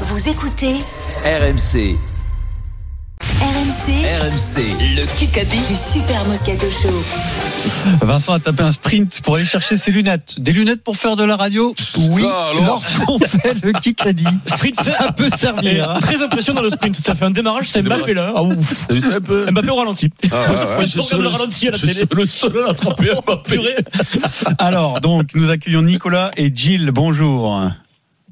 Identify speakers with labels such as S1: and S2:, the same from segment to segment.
S1: Vous écoutez
S2: RMC,
S1: RMC,
S2: RMC, le Kikadi
S1: du Super Moscato Show.
S3: Vincent a tapé un sprint pour aller chercher ses lunettes. Des lunettes pour faire de la radio Oui,
S4: Ça, alors
S3: lorsqu'on fait le Kikadi.
S5: Sprint, c'est
S3: Ça peut
S5: et
S3: servir. hein.
S5: très impressionnant le sprint. Ça fait un démarrage, c'est Mbappé là. Ah, ouf.
S4: T'as vu ça un peu
S5: Mbappé au ralenti.
S4: Ah, ouais, ouais.
S5: Moi, je regarde le ralenti à la
S4: Je
S5: télé. Oh,
S4: suis le seul à l'attraper Mbappé.
S5: Purée.
S3: Alors, donc, nous accueillons Nicolas et Gilles. Bonjour.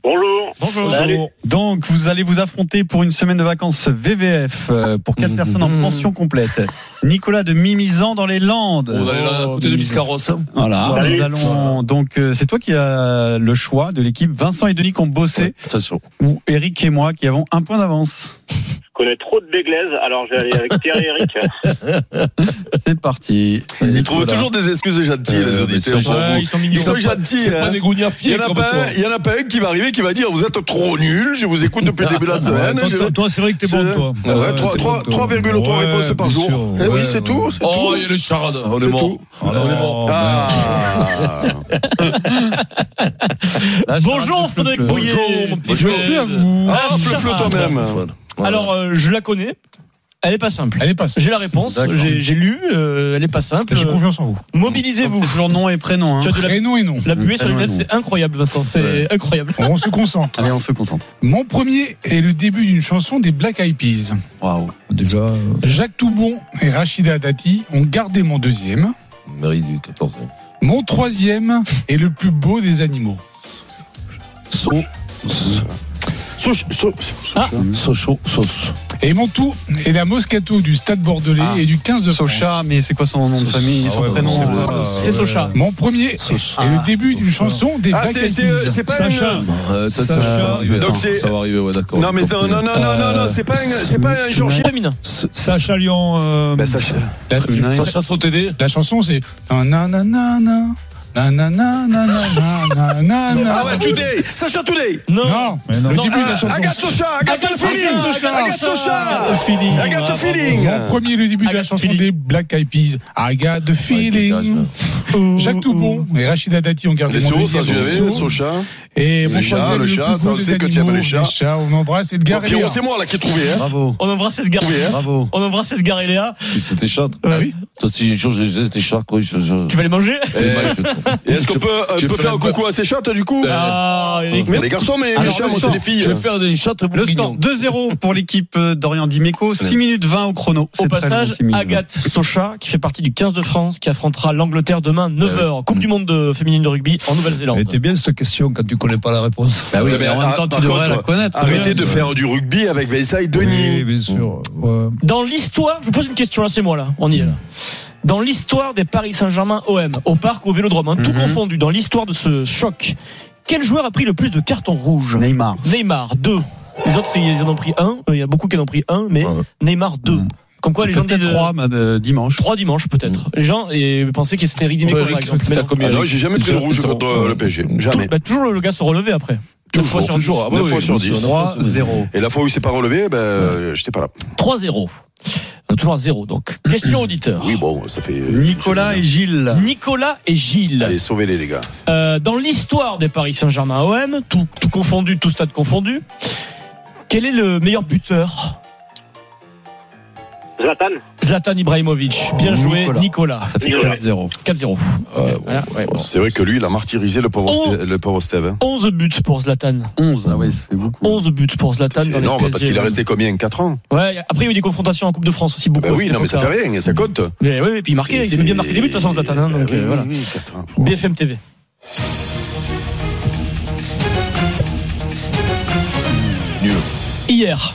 S6: Bonjour.
S5: Bonjour.
S6: Salut.
S3: Donc, vous allez vous affronter pour une semaine de vacances VVF euh, pour quatre
S5: Mhm.
S3: personnes en pension complète. Nicolas de Mimizan dans les Landes.
S4: On allait
S5: Oh,
S4: là à côté de Biscarros. hein.
S3: Voilà,
S6: Salut.
S3: nous allons donc euh, c'est toi qui as le choix de l'équipe. Vincent et Denis qui ont bossé
S4: Attention.
S3: ou Eric et moi qui avons un point d'avance.
S6: Je connais trop de Béglaise, alors je vais aller avec Pierre et Eric.
S3: C'est parti.
S7: Ils trouvent toujours des excuses gentils,
S4: Euh,
S7: les auditeurs.
S4: mais c'est
S7: j'avoue.
S4: gentil.
S5: ils sont
S7: Ils
S5: mignons.
S7: sont gentils.
S4: C'est pas
S8: Ah,
S7: hein. Il
S4: des
S7: y
S4: gougnafiers
S7: en a
S4: comme
S7: pas
S4: toi.
S7: un- il y en a pas un qui va arriver qui va dire vous êtes trop nuls, je vous écoute depuis le début de la
S3: Ah
S7: semaine. je-
S3: c'est vrai que
S7: t'es bon, toi. Ouais, ouais, trois- trois- 3,3 réponses par jour. Eh oui, c'est tout, c'est
S4: Oh,
S7: tout.
S4: il y a les charades. On est
S7: C'est
S4: mort. Euh,
S7: tout.
S8: Ah,
S4: On est mort.
S7: Ah.
S5: Bonjour Frédéric Bouillet.
S4: Bonjour, mon petit
S5: Bonjour.
S4: Fred.
S7: Ah,
S5: Charade.
S7: fleu toi-même.
S5: Alors, euh, je la connais. Elle est pas simple. Elle est pas J'ai la réponse.
S4: D'accord.
S5: J'ai j'ai lu. euh, elle est pas simple.
S8: J'ai
S5: Euh,
S8: confiance en vous.
S5: Mobilisez-vous.
S3: toujours nom et prénom. hein.
S5: Tu as de la,
S8: Prénom et nom.
S5: la buée sur les
S3: Prénom et nom.
S5: lunettes, c'est incroyable, Vincent. C'est incroyable.
S8: On se concentre.
S3: Allez, on se concentre.
S8: Mon premier est le début d'une chanson des Black Eyed Peas.
S3: Waouh. Déjà.
S8: Jacques Toubon et Rachida Dati ont gardé mon deuxième.
S4: Mairie du 14
S8: Mon troisième est le plus beau des animaux.
S7: Souche- sou- sou-
S5: Ah.
S4: Sochaux, sauce.
S8: Et mon tout est la Moscato du Stade Bordelais
S3: Ah.
S8: et du 15 de France.
S3: Socha, mais c'est quoi son nom de famille, son
S4: ouais,
S3: prénom
S4: bon,
S3: euh,
S5: C'est Socha.
S8: Mon premier
S4: Socha.
S8: est le début d'une chanson des
S7: Ah,
S8: Black
S7: c'est
S8: Eyed
S7: c'est, euh,
S8: Peas.
S7: c'est pas un.
S4: Euh, ça, ça,
S8: Ça-
S4: ça va arriver.
S7: Donc
S4: attends,
S7: c'est-
S4: Ça va arriver, ouais, d'accord.
S7: Non mais non non non non non non, c'est pas un c'est pas un Georgie.
S5: Féminin.
S8: Sacha Lyon.
S5: euh,
S7: Ben, Sacha-
S8: la,
S3: Sacha-
S4: Sacha, trop t'aider.
S8: la chanson c'est. Nananana, nananana, nananana.
S7: Ah ouais, Today, Sacha Today. Ah,
S8: Non, le
S5: Non,
S8: début de la chanson.
S7: euh, Agathe Socha, Agathe
S5: Ah, Agathe
S7: Feeling,
S5: Socha.
S7: Agathe Socha.
S3: Feeling.
S7: I got the feeling.
S8: Mon premier, le début de
S5: Agathe
S8: la chanson
S5: Feeling.
S8: des Black Eyed Peas. I got the
S4: Ouais, dégage, là.
S8: feeling. Jacques Toubon et Rachida Dati ont gardé
S7: Les
S8: mon
S7: sauts, ça
S8: deuxième
S7: j'avais,
S8: saut.
S7: Socha.
S8: Et mon
S7: Les chats,
S8: troisième,
S7: le chat,
S8: plus
S7: ça,
S8: beau
S7: on
S8: des
S7: sait que tu aimes
S8: animaux,
S7: les chats.
S8: On embrasse Edgar et
S7: Pierrot,
S8: Léa.
S7: c'est moi là qui ai trouvé. Hein.
S3: Bravo.
S5: On embrasse cette gare.
S7: Oui, hein.
S3: Bravo.
S5: On embrasse cette gare, Léa.
S4: C'était chat.
S5: Ah oui.
S4: Toi, si un jour j'ai- j'ai des chats, quoi, je. je-
S5: Tu vas les manger
S7: Et est-ce qu'on peut, euh,
S4: J'ai
S7: peut
S4: fait
S7: faire
S4: un
S7: un coucou à ces chattes du coup
S5: Ah, Eric.
S7: Mais ben, euh, les garçons, mais les
S3: Alors,
S7: chats,
S3: le
S7: moi c'est
S3: score.
S7: des
S4: Je
S7: filles.
S4: vais faire des chats
S3: Le score 2-0 pour l'équipe euh, d'Orient Dimeco. 6 minutes 20 au chrono.
S5: Au
S3: C'est très
S5: passage,
S3: long, six minutes
S5: Agathe Socha, qui fait partie du 15 de France, qui affrontera l'Angleterre demain 9h. Coupe du monde de féminine de rugby en Nouvelle-Zélande.
S4: bien cette question quand tu connais pas la réponse.
S3: Bah oui,
S7: Ouais,
S3: mais en
S7: mais
S3: même
S7: ah,
S3: temps, tu
S7: par
S3: devrais
S7: contre,
S3: la connaître.
S7: Arrêtez
S3: Ouais.
S7: de faire du rugby avec Vincent et Denis.
S4: bien sûr.
S5: Dans l'histoire, je vous pose une question là, c'est moi là, on y est là. Dans l'histoire des Paris Saint-Germain OM, au parc, au vélodrome, hein, tout
S3: Mhm.
S5: confondu, dans l'histoire de ce choc, quel joueur a pris le plus de cartons rouges
S3: Neymar.
S5: Neymar, 2. Les autres, c'est- ils en ont pris un, Euh, il y a beaucoup qui en ont pris un, mais
S4: Ouais.
S5: Neymar, 2.
S3: Mhm.
S5: Comme quoi les gens
S3: Peut-être
S7: euh,
S3: 3
S5: disent.
S3: dimanche.
S5: 3 dimanches peut-être. Les gens et, pensaient que c'était Eric Dimeco, par exemple. Mais non.
S7: Ah non, j'ai jamais pris le rouge contre euh, le PSG. Jamais.
S5: Tout- bah, toujours le, le gars se relever après. Deux fois
S7: Toujours,
S5: sur dix.
S7: toujours. Ah bah
S4: Neuf
S7: oui,
S4: fois sur
S7: bien sûr.
S4: dix.
S3: 3-0.
S7: Et la fois où il s'est pas relevé, ben, euh, j'étais pas là.
S5: 3-0. Euh, Toujours à 0 donc. Question auditeur.
S7: Oui, bon, ça fait.
S3: Nicolas et Gilles.
S5: Nicolas et Gilles,
S7: Allez, sauvez-les, les gars.
S5: Euh, dans l'histoire des Paris Saint-Germain OM, tout, tout confondu, tout stade confondu, quel est le meilleur buteur
S6: Zlatan,
S5: Zlatan Ibrahimovic. Bien joué,
S3: Nicolas.
S5: Nicolas.
S3: Ça fait
S6: Nicolas.
S3: 4-0.
S5: 4-0.
S7: Euh,
S5: Voilà, ouais, bon.
S7: C'est vrai que lui, il a martyrisé le pauvre,
S5: Oh.
S7: Ste- le pauvre Steve. hein.
S5: 11 buts pour Zlatan.
S3: 11. Ah ouais, ça fait beaucoup.
S5: 11 buts pour Zlatan.
S7: C'est
S5: dans les
S7: énorme parce
S5: PSG.
S7: qu'il est resté combien 4 ans
S5: Ouais, après il y a eu des confrontations en Coupe de France aussi beaucoup.
S7: Ben
S5: à
S7: oui,
S5: cette
S7: non, mais ça fait
S5: époque-là.
S7: rien, ça compte.
S5: Mais ouais, et puis il marquait, il
S7: C'est-
S5: aime bien marquer des buts de toute façon
S7: c'est-
S5: Zlatan. hein, donc,
S7: Ben
S5: euh,
S7: oui,
S5: voilà.
S7: oui, quatre ans.
S5: BFM TV.
S4: Nul.
S5: Hier,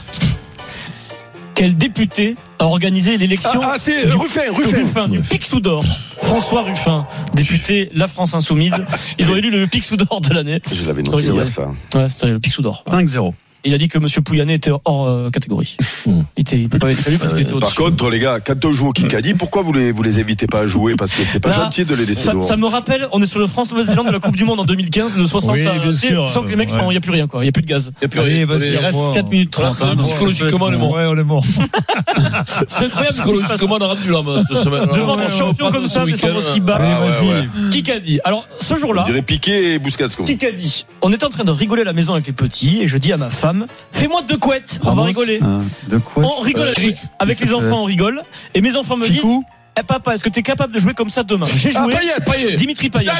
S5: quel député a organisé l'élection
S7: Ah, ah, c'est euh, Ruffin, Ruffin.
S5: Ruffin du Picsou d'Or François Ruffin, député La France Insoumise. Ils ont élu le Picsou d'Or de l'année.
S7: Je l'avais noté
S5: Oui, ouais.
S7: hier, ça.
S5: Ouais, c'était le Picsou d'Or.
S3: 5-0.
S5: Il a dit que Monsieur Pouyanné était hors euh, catégorie.
S4: Hmm.
S5: Il était il peut pas être élu parce qu'il était
S7: Euh, Par
S5: au-dessus.
S7: contre, les gars, quand on joue au Kikadi, pourquoi vous les, vous les invitez pas à jouer Parce que c'est pas
S5: Là,
S7: gentil de les laisser
S5: Bah, Ça,
S7: dehors.
S5: ça me rappelle, on est sur le France-Nouvelle-Zélande de la Coupe du Monde en 2015, le 60
S8: Oui,
S5: à-
S8: bien
S5: tu sais,
S8: sûr,
S5: sans que les mecs
S8: ouais.
S5: sont, il n'y a plus rien quoi, il n'y a plus de gaz.
S4: Et puis,
S3: Allez, vas-y, il reste 4 minutes 30. hein, donc ça peut
S4: psychologiquement,
S3: être
S4: le
S3: bon.
S4: mort.
S8: Ouais, on est mort.
S5: C'est incroyable. ce qui se passe.
S4: Psychologiquement, on a rendu l'âme cette semaine.
S5: Devant
S4: Ouais,
S5: un
S4: ouais,
S5: champion
S4: ouais,
S5: comme
S4: ce
S5: ça,
S4: week-end,
S5: descendre
S4: là.
S5: aussi bas.
S3: Allez,
S7: Ah, ouais,
S3: vas-y.
S7: ouais.
S5: Qui qu'a dit Alors, ce
S7: On
S5: jour-là,
S7: dirait Piqué et Bouscasco.
S5: qui qu'a dit On était en train de rigoler à la maison avec les petits et je dis à ma femme. Fais-moi deux couettes, on va rigoler.
S3: Euh, de quoi
S5: On rigole avec, avec les enfants, on rigole. Et mes enfants me disent
S3: Ficou
S5: Eh, Papa, est-ce que t'es capable de jouer comme ça demain J'ai
S7: Ah,
S5: joué.
S7: Payet, Payet.
S5: Dimitri Payet.
S4: Ouais.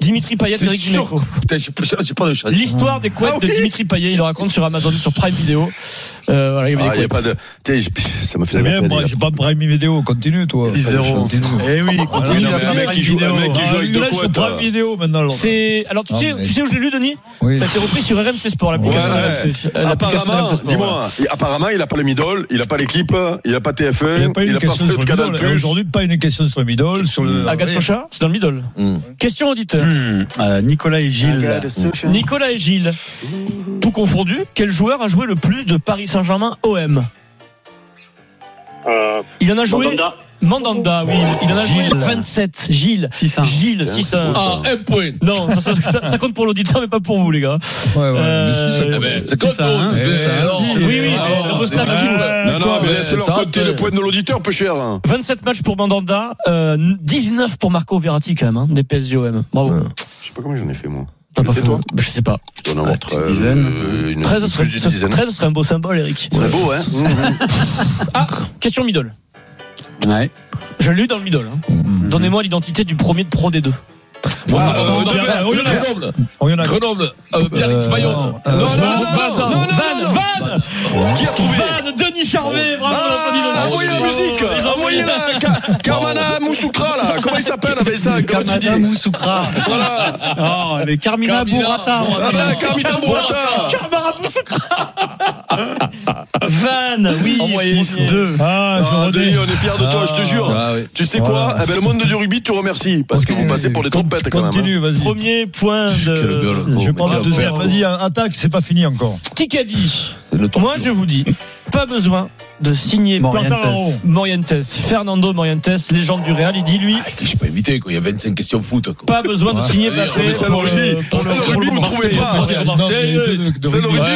S5: Dimitri Payet,
S4: C'est
S5: Eric
S4: sûr.
S5: Dimeco.
S4: Putain, j'ai pas j'ai pas de chance.
S5: L'histoire des couettes
S7: Ah oui.
S5: de Dimitri Payet, il le raconte sur Amazon, sur Prime Video. Euh, voilà, il y avait des
S7: Ah, y a
S5: couettes.
S7: pas de. T'es- je- Ça m'a fait la même
S4: j'ai pas Prime Video, continue toi.
S3: 10-0. Eh oui,
S8: Ah,
S7: continue,
S3: voilà,
S7: il y a un mec qui joue- un mec qui
S5: Ah,
S7: joue avec deux euh.
S3: là, je
S7: couettes,
S3: prends
S7: là.
S3: une vidéo maintenant.
S5: C'est alors tu
S4: Ah,
S5: sais
S4: mais-
S5: tu sais où je l'ai lu Denis
S4: Oui.
S5: ça a été repris sur RMC Sport l'application
S7: Ouais.
S5: RMC euh, l'application
S7: Apparemment,
S5: RMC Sport, ouais.
S7: dis-moi, apparemment, il a pas le middle, il a pas l'équipe, il a pas
S3: Il n'y
S7: TF1,
S3: a pas
S7: il
S3: une
S7: a pas
S3: question
S7: fait
S3: sur
S7: de
S3: le
S7: Canal
S3: middle. Aujourd'hui, pas une question sur le middle. Sur le...
S8: Ah,
S5: Agathe
S3: Oui.
S5: Socha c'est dans le middle
S4: Hmm.
S5: question auditeur
S3: Hmm, euh, Nicolas et Gilles.
S5: Nicolas et Gilles tout confondu quel joueur a joué le plus de Paris Saint-Germain OM
S6: Euh,
S5: il en a joué
S6: Mandanda.
S5: Mandanda oui il- il en a joué
S3: Gilles.
S5: 27 Gilles
S3: 6-1.
S5: Gilles 6
S4: Ah,
S3: hein.
S4: un point.
S5: non ça, ça- ça- ça compte pour l'auditeur mais pas pour vous les gars
S4: Ouais, ouais.
S5: Euh,
S4: mais si, ça-
S5: euh,
S4: eh ben, c'est comme
S3: ça,
S4: tout,
S3: hein,
S4: tu
S3: c'est
S4: fais,
S3: ça.
S4: alors,
S3: Oui,
S5: oui, mais
S4: alors, eh ben,
S5: le Rostam
S4: mais-
S5: a dit,
S4: Ouais,
S7: Non, non,
S4: ouais,
S7: mais laisse-leur
S4: ça,
S7: compter le point de l'auditeur, peu cher. hein.
S5: 27 matchs pour Mandanda euh, 19 pour Marco Verratti quand même hein, des PSGOM bravo
S7: Je sais pas comment j'en ai fait, moi.
S5: T'as pas
S7: C'est
S5: fait-
S7: toi
S5: Je sais pas.
S7: Je dois en avoir
S3: Ah, petite
S7: euh,
S3: dizaine.
S7: euh, une-
S5: 13, ce serait,
S7: plus d'une dizaine.
S5: ce serait un beau symbole, Eric.
S7: C'est beau, hein
S5: Ah, question middle.
S3: Ouais.
S5: Je l'ai eu dans le middle. hein.
S7: Mm-hmm.
S5: Donnez-moi l'identité du premier de Pro D2.
S4: Ah, euh,
S7: Devers,
S4: Grenoble,
S7: Devers.
S4: Grenoble, Grenoble, euh, Biarritz, Bayonne.
S7: Non, non, non,
S5: Van,
S7: non, non, non, non.
S5: Van, Van
S7: Qui a trouvé
S5: Van, Denis Charvet, bravo, on applaudit Denis.
S7: Ah, envoyez la
S5: Bravo,
S7: musique
S5: bravo, bravo.
S7: Envoyez la Ka- Carmana Moussoukra, là Comment il s'appelle avec ça Comment tu dis
S3: Kamada Moussoukra.
S7: Voilà
S3: Oh, les Carmina
S4: Carmina
S3: Burrata.
S7: Voilà, Carmita Bourata
S5: Barbara Boussouka. Van, oui. premier.
S3: Ah,
S7: Ah, Denis, on est fiers de toi, je te jure
S4: Ah, oui.
S7: Tu sais quoi Eh ben, Le monde du rugby te remercie, parce que vous passez pour des trompettes, quand même. hein.
S3: Continue, vas-y.
S5: Premier point
S4: Quelle gueule.
S5: de.
S4: Je vais prendre
S3: Prends
S4: la
S3: le deuxième. Vas-y, attaque, c'est pas fini encore.
S5: Qui qu'a dit
S4: le
S5: Moi, je vous dis, pas besoin de signer
S3: Morientes.
S5: Quartararo. Morientes. Fernando Morientes, légende du Real, il dit lui,
S4: Ah, Je suis pas invité, quoi. Il y a 25 questions foot, quoi.
S5: pas besoin de signer
S4: Ouais,
S5: Mbappé
S7: mais ça,
S5: pour
S7: le
S5: le-
S7: rugby,
S5: pour
S7: ça, le
S5: le- pour
S7: rugby,
S5: le
S7: vous trouvez
S5: Marseille,
S7: pas.
S5: pour le Marseille.
S7: C'est le rugby, vous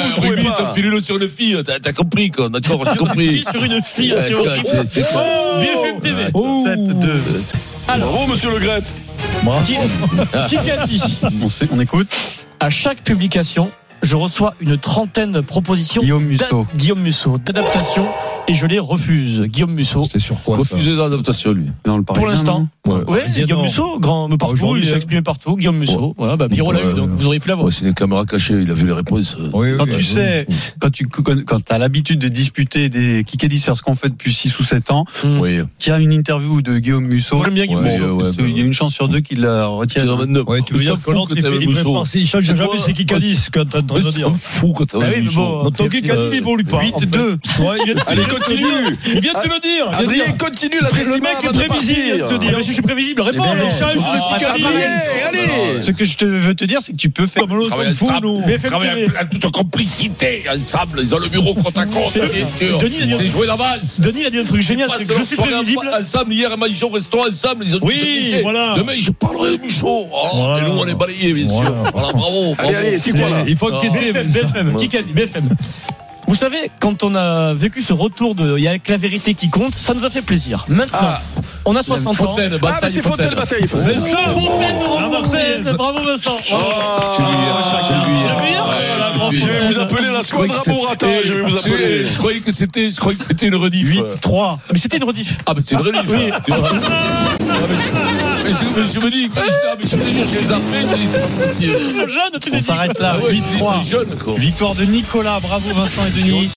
S7: le trouvez
S4: rugby, t'as
S7: pas
S4: filé l'eau sur une fille, t'as t'as compris, quoi. D'accord, j'ai compris.
S5: Sur une fille,
S4: Ouais,
S5: sur une
S4: c'est- c'est quoi
S5: BFM TV.
S4: Ouais.
S3: 7-2.
S7: Bravo, monsieur Le Gret
S5: Qui, qui a dit
S3: On, sait- on écoute.
S5: À chaque publication, je reçois une trentaine de propositions
S3: Guillaume
S5: d'a-
S3: Musso.
S5: Guillaume Musso, d'adaptation et je les refuse. Guillaume Musso.
S4: C'était sur quoi Refusé l'adaptation, lui.
S3: Dans le
S5: Pour
S3: Parisien,
S5: l'instant,
S3: non
S5: ouais,
S3: Parisien,
S5: Guillaume
S3: non.
S5: Musso, grand, partout,
S3: aujourd'hui,
S5: il s'est
S3: hein.
S5: exprimé partout. Guillaume Musso, voilà, bah, Pierrot l'a
S4: Ouais,
S5: eu, donc
S4: ouais.
S5: vous auriez pu l'avoir.
S4: Ouais, Oh, c'est une caméra cachée, il a vu les réponses.
S5: Mm.
S3: Quand tu sais, quand tu quand as l'habitude de disputer des Kikadi, c'est ce qu'on fait depuis 6 ou 7 ans,
S4: Oui.
S3: qu'il y a une interview de Guillaume Musso,
S5: Moi, j'aime bien Guillaume
S4: Ouais,
S5: Musso.
S4: ouais, bah ouais.
S3: c'est- il y a une chance sur deux qu'il la
S4: C'est
S3: retienne.
S4: dans 29. Ils s'en foutent que t'avais Mousseau.
S3: il change
S4: C'est quoi
S3: Kikadi, quand t'as
S4: Mais c'est un fou quand t'as
S5: Bah oui, mais
S4: Mousseau.
S5: bon,
S4: Notre
S5: euh,
S4: Kikadi, il évolue pas, en fait.
S3: 8-2.
S5: Ah,
S7: Allez, continue
S5: Il vient de te le dire. il vient de te
S7: Adrien,
S5: dire.
S7: continue la décima
S5: Le mec est
S7: avant de
S5: prévisible, il vient de te
S7: partir.
S5: dire. Mais si je suis prévisible, réponds.
S3: Eh ben,
S5: alors.
S3: change de
S5: Ah,
S7: Allez,
S3: Kikadi.
S4: Oh,
S7: allez
S3: Ce que je te veux te dire, c'est que tu peux faire.
S4: Ils travaillent ensemble, ils
S5: BFM
S4: travaillent
S5: TV.
S4: en toute complicité ensemble, ils ont le bureau contre à contre,
S5: C'est-
S4: bien sûr.
S5: Denis, il y a-
S4: C'est joué d'avance.
S5: Denis, il a dit un truc génial, c'est
S4: Ils
S5: que
S4: passent
S5: je
S4: leur
S5: suis
S4: soirée
S5: prévisible.
S4: en- Ensemble, hier, mangeons, restons ensemble. Ils ont
S5: Oui,
S4: tous organisé.
S5: voilà.
S4: Demain, je parlerai du show. Oh,
S3: Voilà.
S4: Et nous, on est balayés, bien sûr.
S3: Voilà.
S4: Voilà, bravo.
S7: Allez,
S4: bravo.
S7: allez, c'est quoi là
S3: Il faut
S4: qu'il y ait
S5: BFM, BFM, qui qu'a dit BFM. Vous savez, quand on a vécu ce retour de il y a que la vérité qui compte, ça nous a fait plaisir. Maintenant,
S7: Ah.
S5: on a 60 ans.
S4: Fontaine,
S7: Ah, mais
S4: bataille,
S7: c'est Fontaine, bataille Fontaine
S5: Vincent Fontaine, Laurent Fontaine. Bravo Vincent. Bravo.
S4: C'est lui, hein,
S7: Ah,
S4: c'est lui, hein.
S5: C'est lui, hein.
S4: Ouais,
S5: Voilà,
S4: c'est lui.
S7: Je vais vous appeler la
S4: Je croyais que
S7: squadra
S4: c'était- Eh,
S7: Morata, je vais vous appeler.
S4: Je croyais que c'était, je croyais que c'était une rediff.
S3: 8-3.
S5: Mais c'était une rediff.
S4: Ah, mais c'est une rediff.
S5: Oui.
S4: hein. C'est vrai. Ah, mais je- mais je me dis, ah, mais je te jure, je les appelle, je dis, c'est pas possible.
S5: Ils sont jeunes, tu
S3: On
S5: les dis.
S3: s'arrête là.
S4: Ah ouais, je dis,
S3: 8-3.
S4: c'est jeune, quoi.
S3: Victoire de Nicolas. Bravo Vincent et Denis.